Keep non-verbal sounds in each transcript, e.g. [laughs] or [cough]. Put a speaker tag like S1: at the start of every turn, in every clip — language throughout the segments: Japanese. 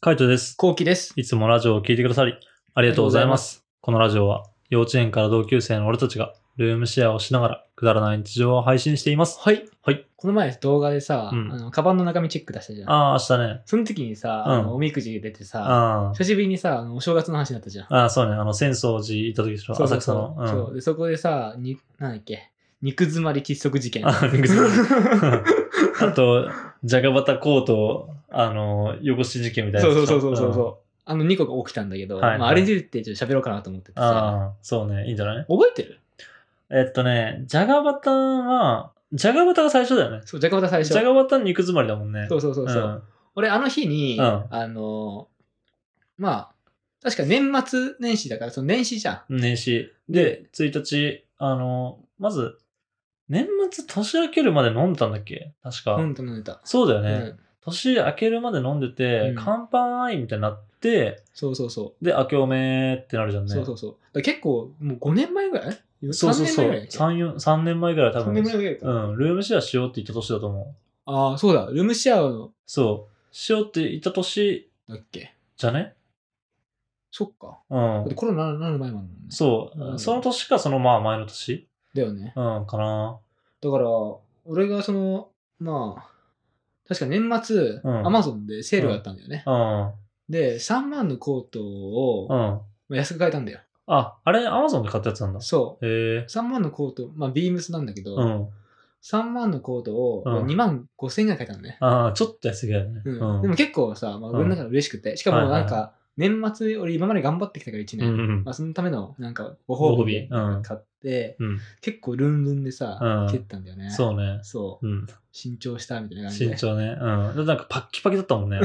S1: カイトです。
S2: こうきです。
S1: いつもラジオを聞いてくださり、ありがとうございます。このラジオは、幼稚園から同級生の俺たちが、ルームシェアをしながら、くだらない日常を配信しています。
S2: はい。
S1: はい。
S2: この前動画でさ、
S1: うん
S2: あの、カバンの中身チェック出したじゃん。
S1: ああ、明日ね。
S2: その時にさ、
S1: うん
S2: あのおみくじ出てさ、
S1: あ
S2: 久しぶりにさ、あのお正月の話になったじゃん。
S1: あ、ああそうね。あの、浅草寺行った時でしょ、
S2: そうそ
S1: 浅
S2: う
S1: 草の
S2: そ。うそうでそこでさ、に、なんだっけ、肉詰まり窒息事件。
S1: あ肉詰まうん。 [laughs] あと、ジャガバタコート、あの、汚し事件みたいな
S2: [laughs] そ
S1: や
S2: う
S1: つ
S2: そ
S1: で
S2: う
S1: しょ。
S2: そうそうそう。
S1: ん
S2: あの2個が起きたんだけど、
S1: はいはい
S2: まあ、あれについてちょっと喋ろうかなと思っててさ、
S1: ああ、そうね。いいんじゃない
S2: 覚えてる
S1: えっとね、ジャガバタは、ジャガバタが最初だよね。
S2: そう、ジャガバタ最
S1: ジ
S2: 初。
S1: ャガバタ肉詰まりだもんね。
S2: そうそうそうそう。
S1: ん
S2: 俺、あの日に、
S1: うん
S2: あの、まあ、確か年末年始だから、その年始じゃん。
S1: 年始。で、1日、あの、まず、年末年明けるまで飲んでたんだっけ確か。
S2: ほんと飲んでた。
S1: そうだよ
S2: う
S1: ね、
S2: ん。
S1: 年明けるまで飲んでて、
S2: うん
S1: 乾杯みたいになって、
S2: そうそうそう。
S1: で、明けおめってなるじゃんね。
S2: そうそうそう。だから結構、もう5年前ぐらい
S1: そうそうそう。
S2: 3年前ぐらいだっ
S1: 3、4 3年前ぐらい
S2: け
S1: 多
S2: ?3
S1: 分。
S2: 年前ぐらいか。
S1: うん、ルームシェアしようって言った年だと思う。
S2: ああ、そうだ。ルームシェアの
S1: そう。しようって言った年
S2: だっけ
S1: じゃね
S2: そっか。
S1: う
S2: だって
S1: ん。
S2: コロナになる前もあるもんね。
S1: そう、
S2: うん
S1: その年か、そのまあ前の年
S2: だよね。
S1: うん、かな。
S2: だから、俺がその、まあ、確か年末、
S1: うん
S2: アマゾンでセールがあったんだよね。
S1: うん。
S2: で、3万のコートを
S1: う、ん。
S2: まあ安く買えたんだよ。
S1: あ、あれ、アマゾンで買ったやつなんだ。
S2: そ
S1: へえ
S2: う。。3万のコート、まあ、ビームスなんだけど、
S1: うん。
S2: 3万のコートを
S1: うん
S2: 2万5千円ぐらい買えたのね。
S1: ああ、ちょっと安いぐらいだね。
S2: うんでも結構さ、まあ、
S1: うん
S2: 俺の中で嬉しくて、しかも
S1: はいはい
S2: なんか、年末、俺今まで頑張ってきたから1
S1: うんう
S2: 年、
S1: ん
S2: まあ、そのためのなんかご褒美
S1: ご褒美うん
S2: 買って、
S1: うん。
S2: 結構ルンルンでさ
S1: う、ん
S2: 蹴ったんだよね。
S1: そうね。
S2: そう。
S1: うん。
S2: 新調したみたいな感じ
S1: 身
S2: で。 [laughs]
S1: 長ね。うん。でなんかパッキパキだったもんね。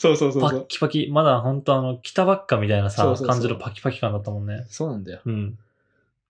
S2: そうそうそ
S1: パ
S2: うそ
S1: ッ
S2: う。
S1: キパキ。まだほんとあの、来たばっかみたいな
S2: そ
S1: さ
S2: うそう、そう
S1: 感じのパキパキ感だったもんね。
S2: そうなんだよ。
S1: うん。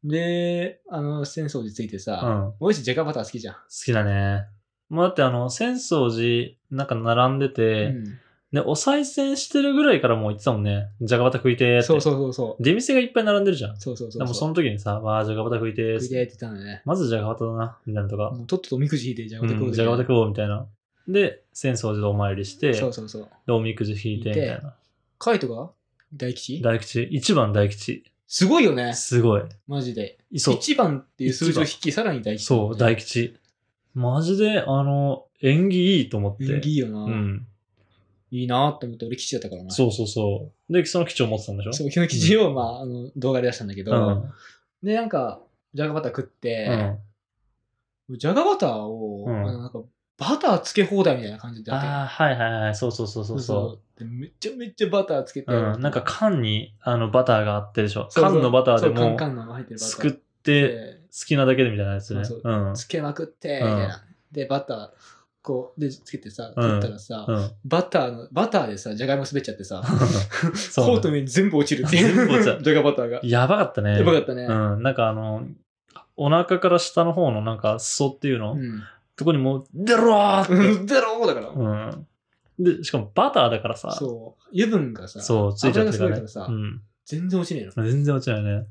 S2: で、あの、戦争について
S1: うん。
S2: さ、
S1: 好
S2: 俺たちジャガバター好きじゃん。
S1: きだね。もうだってあの、浅草寺、なんか並んでて、
S2: うん
S1: で、お賽銭してるぐらいからもう言ってたもんね。じゃがバタ食いてーって。
S2: そうそうそうそう。
S1: 出店がいっぱい並んでるじゃん。
S2: そうそうそう。
S1: でもそ
S2: の
S1: の時にさ、わあ、じゃがバタ食いてーっつ
S2: 時
S1: っ。
S2: でやっててたんだね。
S1: まずじゃがバタだな、みたいなとか。
S2: もうとっととおみくじ引いてジャガバタ食
S1: う、
S2: おうんぜ
S1: じゃがバタ食おうみたいな。で、浅草寺でお参りして、
S2: そうそうそう。
S1: で、おみくじ引いて、みたいな。
S2: カイトが大吉
S1: 大吉、一番大吉。
S2: すごいよね。
S1: すごい。
S2: マジで。
S1: そう、
S2: 1番っていう数字を引き、さらに大吉、
S1: そう、大吉。マジで、あの、縁起いいと思って。
S2: 縁起いいよな。
S1: うん。
S2: いいなって思って、俺吉だったからな。
S1: そうそうそう。で、その基調持ってたんでしょ
S2: そう。昨日吉を、まあ、あの、動画で出したんだけど、
S1: うん。
S2: で、なんか、じゃがバター食っ
S1: う
S2: て、
S1: ん。
S2: じゃがバターを、
S1: うん
S2: あのなんか、バターつけ放題みたいな感じでやって。
S1: ああ、はいはいはい。そうそうそうそうそう
S2: でめちゃめちゃバターつけて、
S1: う。うん。なんか缶に、あの、バターがあってでしょ。
S2: そうそう
S1: 缶のバターで
S2: そう
S1: も
S2: 缶缶の入っ
S1: う、
S2: てるバター。
S1: すくって、
S2: で
S1: 好きなだけでみたいなやつね。
S2: そう
S1: うん。
S2: つけまくって、みたいな。で、バター、こう、で、つけてさ、
S1: うん
S2: 食ったらさ、 [laughs]
S1: うん。
S2: バターの、バターでさ、じゃがいも滑っちゃっ
S1: [laughs]
S2: てさ、
S1: そう
S2: コートの上に全部落ちるっていう。
S1: [laughs] 全部落ちた
S2: [laughs] じゃがバターが。
S1: やばかったね。
S2: やばかったね。
S1: うん、なんかあの、お腹から下の方のなんか裾っていうの、とこにもう、出ろーって、
S2: うん。だろうだから。
S1: うん。で、しかもバターだからさ、
S2: そう。油分がさ、
S1: そう、ついちゃってるから
S2: 油
S1: ね
S2: がすごいからさ
S1: うん。
S2: 全然落ちねえの。
S1: 全然落ちないね。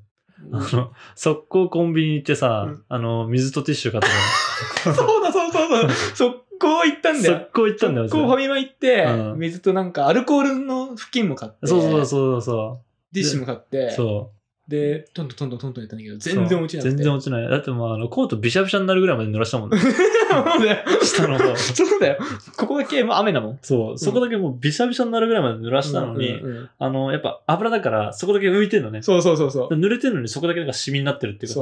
S1: あの、速攻コンビニ行ってさ、
S2: うん
S1: あの、水とティッシュ買って
S2: そうだ、そうそうそう。
S1: [laughs]
S2: 速攻行ったんだ
S1: たの。
S2: よ。
S1: 速攻行ったんだよ、
S2: 速攻ファミマ行って、
S1: うん
S2: 水となんかアルコールの布巾も買って、
S1: そうそうそうそ
S2: ティッシュも買って
S1: う。、そ
S2: で、トントントントントンやったんだけど、
S1: う。
S2: 全然落ちなくて。
S1: 全然落ちない。だってもうあの、コートびしゃびしゃになるぐらいまで濡らしたもんね。
S2: [laughs] そうだよ。
S1: [laughs] 下の方。
S2: そうだよ。ここだけ、まあ、雨だもん。
S1: そう、そこだけもうびしゃびしゃになるぐらいまで濡らしたのに、
S2: うんうんうん
S1: あの、やっぱ油だから、そこだけ浮いてんのね。
S2: そうそうそうそう。
S1: 濡れてるのにそこだけなんかシミになってるっていうか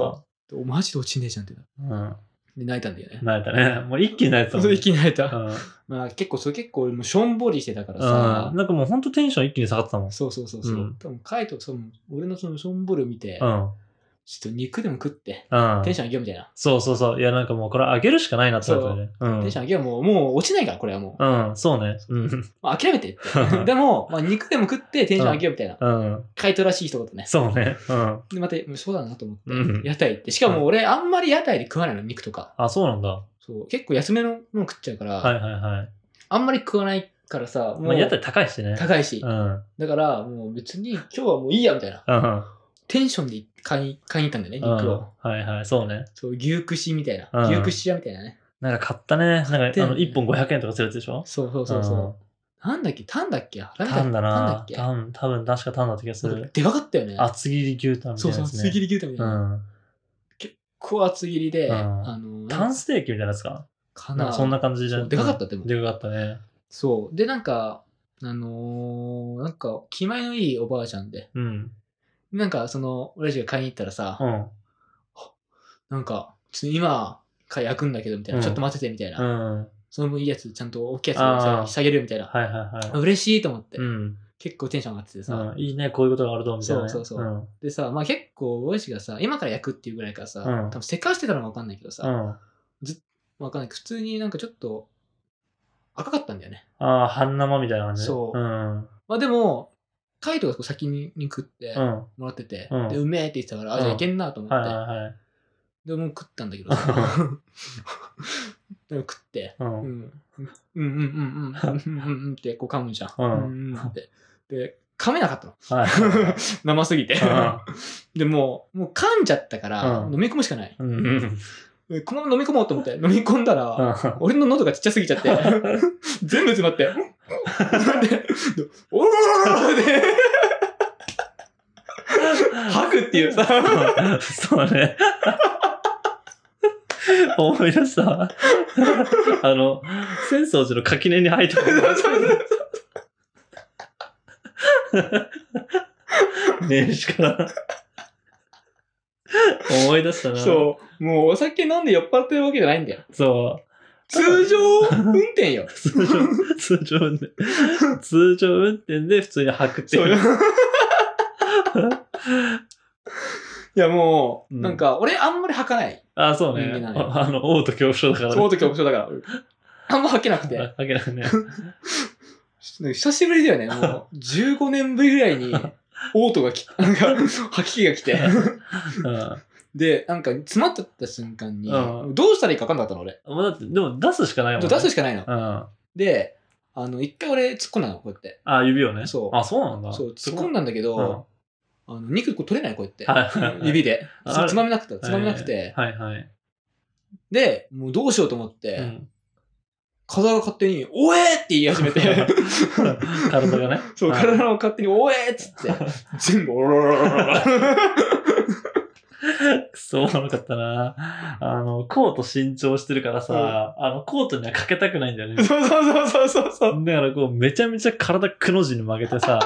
S1: さ。
S2: おマジで落ちねえじゃんってな。
S1: うん。
S2: で、泣いたんだよね。
S1: 慣れたね。もう一気に慣れてたもん
S2: それ
S1: ね。
S2: 一気に泣いた。
S1: うん
S2: まあ結構、それ結構俺もしょんぼりしてたから
S1: う
S2: さ
S1: ん。、なんかもうほんとテンション一気に下がってたもん。
S2: そうそうそうそう。
S1: うん
S2: 多分カイトその俺のそのしょんぼりを見て、
S1: う
S2: ちょっと肉でも食って、
S1: ん。うん。
S2: テンション上げようみたいな。
S1: そうそうそう。いや、なんかもうこれ上げるしかないなってなったよね。うん。
S2: テンション上げよう、もう、もう落ちないから、これはもう。
S1: うん、そうね。
S2: [laughs]
S1: うん。
S2: まあ、諦めてって。でも、まあ、肉でも食ってテンション上げようみたいな。
S1: うん。
S2: カイトらしい一言ね。
S1: そうね。うん。
S2: で、また、もうそうだなと思って、
S1: うん
S2: 屋台行って。しかも俺、あんまり屋台で食わないの、肉とか。
S1: あ、そうなんだ。
S2: そう結構安めのもの食っちゃうから、
S1: はいはいはい。
S2: あんまり食わないからさ、も
S1: まあ、
S2: う
S1: 屋台高いしね。
S2: 高いし
S1: う。ん。
S2: だから、もう別に今日はもういいや、みたいな。
S1: うん。
S2: テンションで買い、買いに行ったんだよね、
S1: うん
S2: 肉を。
S1: はいはい、そうね。
S2: そう、牛串みたいな。
S1: うん
S2: 牛串屋みたいなね。
S1: なんか買ったね。なん
S2: て
S1: か、
S2: ん
S1: あ
S2: の
S1: の、
S2: ね
S1: 1本500円とかするやつでしょ
S2: そうそうそうそう。なんだっけタンだっけあれ
S1: タンだな。
S2: タンだっ
S1: タン、多分確かタンだった気が
S2: け
S1: す
S2: なんか
S1: る。
S2: でかかったよね。
S1: 厚切り牛タンみた
S2: そ
S1: いうな
S2: そう、
S1: やつね。
S2: 厚切り牛タンみたいな。
S1: うん。
S2: こう厚切りで、
S1: うん
S2: あの、
S1: タンステーキみたいなやつか
S2: か
S1: ななんかそんな感じじゃ
S2: そ
S1: ん。
S2: うでかかったって
S1: う
S2: も
S1: ん。でかかったね。
S2: そう。で、なんか、あのーなんか、気前のいいおばあちゃんで、
S1: うん。
S2: なんか、その、俺たちが買いに行ったらさ、
S1: うん。
S2: なんか、ちょっと今、か焼くんだけど、みたいな、
S1: うん
S2: ちょっと待ってて、みたいな、
S1: うん。はい
S2: その分いいやつ、ちゃんと大きいやつ
S1: あー
S2: さ、下げるよみたいな。
S1: はいは
S2: 嬉しいと思って、
S1: い。うん。
S2: 結構テンション上がっててさ、
S1: うんいいね、こういうことがあると、みたいなね。
S2: そうそうそ
S1: うん。
S2: でさ、まあ結構、俺たちがさ、今から焼くっていうぐらいからさ、
S1: うん
S2: 多分せかしてたのかわかんないけどさ、
S1: う
S2: わ、
S1: ん。
S2: かんない。普通になんかちょっと、赤かったんだよね。
S1: ああ、半生みたいな感じね
S2: そう
S1: うん。
S2: まあでも、カイトがこう先に食って
S1: うん。は
S2: もらってて、
S1: うん
S2: で、うめえって言ってたから、あ、
S1: うん
S2: じゃあいけんなと思
S1: い
S2: って、
S1: はいはい。
S2: で、もう食ったんだけどさ、でも食って、
S1: う。
S2: うんん、うんうんうんうんうんうんうんってこう噛むじゃん。
S1: うん
S2: うんうんって。で、噛めなかったの。
S1: はい。
S2: 生すぎて
S1: うん。
S2: で、もう、もう噛んじゃったから、
S1: うん
S2: 飲み込むしかない。
S1: うん。うん。
S2: でこのまま飲み込もうと思 [laughs] って、飲み込んだら、俺の喉がちっちゃすぎちゃ [laughs] って、全部詰まって、で、おーって、吐くっていうさ、
S1: そうね。思い出した。あの、浅草寺の垣根に入った。年始から。思い出したな。
S2: [laughs] そう、もうお酒飲んで酔っ払ってるわけじゃないんだよ。
S1: う。そう。
S2: 通常運転よ。
S1: 通常、通常運転。通常運転で普通に吐くって
S2: [laughs] そう
S1: い
S2: よ
S1: う。。
S2: いやもう、
S1: うん
S2: なんか、俺あんまり吐かない。
S1: あ、そう
S2: 意味
S1: ね。
S2: ない
S1: ああの、王と恐怖症だからね。
S2: その時は恐怖症だから。あんま吐けなくて。
S1: あ吐けなくね。
S2: 久しぶりだよね。もう、15年ぶりぐらいに、オートがき、なんか、吐き気が来て。
S1: うん。
S2: で、なんか、詰まっちゃった瞬間に、
S1: う
S2: どうしたらいいか分かんなかったの、俺。
S1: もうだって、でも出すしかないもん、ね。
S2: 出すしかないの。
S1: うん。あ
S2: で、あの、一回俺突っ込んだの、こうやって。
S1: 指をね。
S2: そう
S1: あ、そうなんだ。
S2: そう、突っ込ん
S1: だ。
S2: だんだけど、あの、肉こう取れない、こうやって。
S1: はい
S2: 指で。
S1: あ
S2: そう
S1: ある
S2: つまめなくて、つまめなくて。
S1: はいはい。
S2: で、もうどうしようと思って、
S1: うん
S2: 体が勝手に、おえーって言い始めて、
S1: [laughs] 体がね。
S2: そう、
S1: はい
S2: 体が勝手に、おえーっつって、全部、おろろろろろろ。
S1: くそ、悪かったな。あの、コート新調してるからさ、あの、コートにはかけたくないんだよね。
S2: そうそうそうそうそ
S1: [laughs]
S2: う。
S1: だからこう、めちゃめちゃ体くの字に曲げて
S2: [laughs]
S1: さ、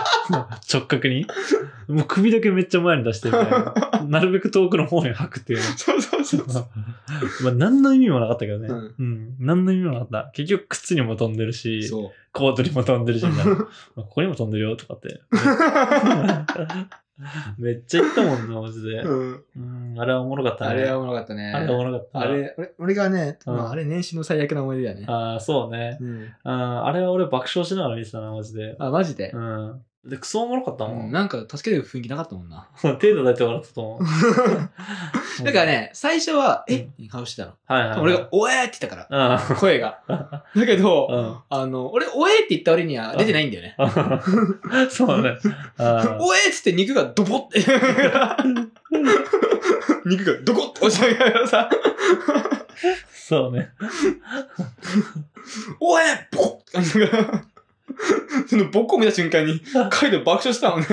S1: 直角に。もう首だけめっちゃ前に出して
S2: [laughs]
S1: みたいな。なるべく遠くの方に吐くっていうね。
S2: そうそうそう [laughs] そう。
S1: まあ、何の意味もなかったけどね。
S2: うん
S1: うん。何の意味もなかった。結局、靴にも飛んでるし、
S2: そう。
S1: コートにも飛んでるし、みたい
S2: [laughs]
S1: なまあここにも飛んでるよ、とかって。 [laughs] めっちゃ言ったもんな、マジで。
S2: うん
S1: うん、あれはおもろかったね。
S2: あれはおもろかったね。
S1: あれはおもろかった。
S2: あれ、俺俺がね、
S1: うん
S2: まああれ年始の最悪な思い出だよね。
S1: あーそうね。
S2: うん
S1: あーあれは俺爆笑しながら見てたな、マジで。
S2: あ、マジで
S1: う。ん。で、クソおもろかったも。
S2: うんんなんか助けてる雰囲気なかったもんな。
S1: 手叩いて笑ってたもん。
S2: [laughs] だからね、最初は、
S1: うん
S2: えって顔してたの。
S1: はいはいはい。
S2: 俺が、おえーって言ったか
S1: あ
S2: ら、声 [laughs] が。だけ
S1: う
S2: ど、
S1: ん。
S2: あの、俺、おえーって言った割には出てないんだよね。
S1: うん。 [laughs] そうね。あ
S2: [laughs] おえーっつって肉がドボ [laughs] って。肉がドコッと落ちたからさ、
S1: ーそうね。
S2: おえーボコッって感じだから。 [laughs] そのボコを見た瞬 [laughs] 間に、カイド爆笑したもんね。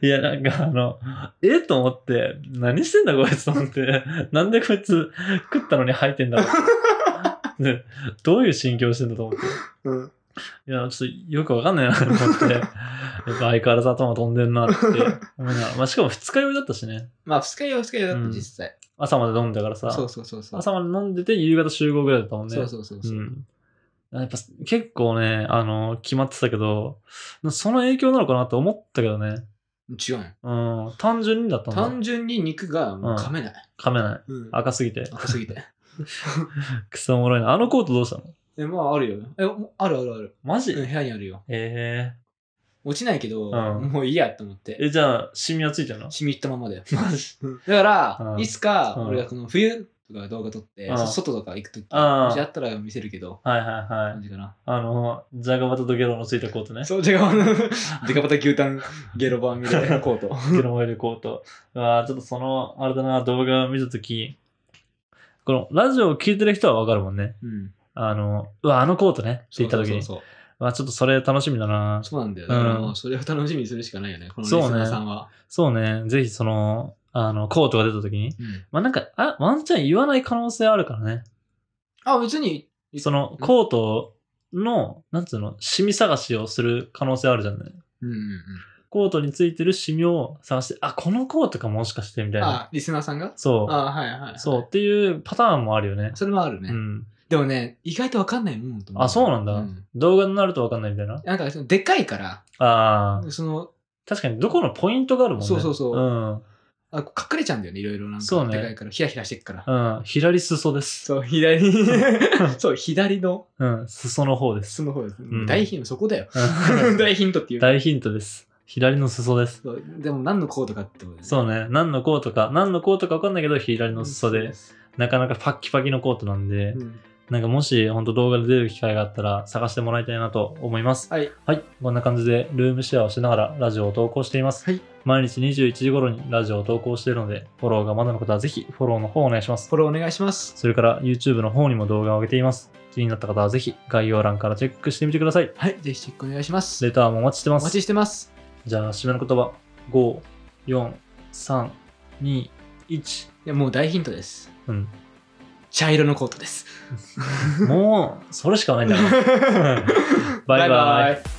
S1: いや、なんかあの、えと思って、何してんだこいつと思って、 [laughs] なんでこいつ食ったのに吐いてんだろ
S2: [laughs]
S1: う。でどういう心境してんだと思って。
S2: うん。
S1: いや、ちょっとよくわかんないなと思って、やっぱ相変わらず頭飛んでん
S2: [laughs]
S1: なって思いながら。まあ、しかも二日酔いだったしね。
S2: まあ、二日酔いは二日酔いだっ
S1: う
S2: た、
S1: ん
S2: 実際。
S1: 朝まで飲んだからさ。
S2: そうそうそうそう。
S1: 朝まで飲んでて夕方集合ぐらいだったもんね。
S2: そうそうそうそうう。
S1: ん。やっぱ結構ね、あの、決まってたけど、その影響なのかなと思ったけどね。
S2: 違うよ。
S1: うん、単純にだったんだ。
S2: 単純に肉がもう噛めない。
S1: 噛めない。
S2: うん。
S1: 赤すぎて。
S2: 赤すぎ [laughs] て。
S1: くそおもろいな。あのコートどうしたの
S2: え、まあ、あるよ。え、もうあるあるある。
S1: マジ、
S2: うん、部屋にあるよ。
S1: え
S2: 落ちないけど、
S1: うん
S2: もういいやと思っ
S1: ー、
S2: て。
S1: え、じゃあ、シミはついてるの
S2: 染み入ったまま [laughs] だよ。
S1: マジ
S2: だから、
S1: うん
S2: いつか、
S1: うん
S2: 俺がこの冬とか動画撮って、
S1: うん
S2: そ外とか行くとき、
S1: あー
S2: もしあったら見せるけど、
S1: はいはいは
S2: 感
S1: い。
S2: じかな。
S1: あの、ジャガバタとゲロのついたコートね。
S2: そう、違うあ [laughs] の、デカバタ牛タンゲロ版みた
S1: [laughs]
S2: いなコート。
S1: ゲロオイルコート。うわーちょっとその、あれだな、動画を見たとき、この、ラジオを聞いてる人はわかるもんね。
S2: うん。
S1: あの、うわ、あのコートねって言ったときに。
S2: そうそう
S1: まあちょっとそれ楽しみだな。
S2: そうなんだよ。だから
S1: うん
S2: もうそれを楽しみにするしかないよね。このリス
S1: そうね
S2: ナーさんは。
S1: そうね。ぜひその、あの、コートが出た時に。
S2: うん
S1: まあなんか、あ、ワンチャン言わない可能性あるからね。
S2: あ、別に、
S1: その、コートの、なんつうの、シミ探しをする可能性あるじゃんね。
S2: うんうん
S1: コートについてるシミを探して、あ、このコートかもしかして、みた
S2: う
S1: い
S2: ん。
S1: な。
S2: あ、リスナーさんが
S1: そ
S2: あ、はいはいはい。
S1: う。そう。っ。ていうパターンもあるよね。
S2: それもある
S1: う
S2: ね。
S1: ん。
S2: でもね、意外とわかんないもんと思
S1: あそうなんだ動画になるとわかんないみたいな。
S2: なんか、でかいから、
S1: ああ。
S2: その、
S1: 確かに、どこのポイントがあるもんね。
S2: そうそうそう
S1: うん。
S2: あこう隠れちゃうんだよね、いろいろなん
S1: そ
S2: か。
S1: うね
S2: でかいから、ヒラヒラしてっから。
S1: うん。左裾です。
S2: そう、左、 [laughs] そう、左の
S1: うん。裾の方です。
S2: その方です。
S1: ん
S2: 大ヒント、そこだよ。
S1: うん [laughs]
S2: [laughs] 大ヒントっていう。
S1: 大ヒントです。左の裾です。
S2: そうでも何のコードかってことだよね
S1: そうね。何のコートか、何のコートかわかんないけど、左の裾で、なかなかパッキパキのコートなんで、
S2: うん
S1: なんかもし本当動画で出る機会があったら探してもらいたいなと思います。
S2: はい。
S1: はい。こんな感じでルームシェアをしながらラジオを投稿しています。
S2: はい。
S1: 毎日21時頃にラジオを投稿しているので、フォローがまだの方はぜひフォローの方をお願いします。
S2: フォローお願いします。
S1: それから YouTube の方にも動画を上げています。気になった方はぜひ概要欄からチェックしてみてください。
S2: はい、ぜひチェックお願いします。
S1: レターもお待ちしてま
S2: お
S1: す。
S2: 待ちしてます。
S1: じゃあ、締めの言葉。5、4、3、2、1。
S2: いや、もう大ヒントです。
S1: うん。
S2: 茶色のコートです。
S1: もう、それしかないんだよな。バイバイ。
S2: イ。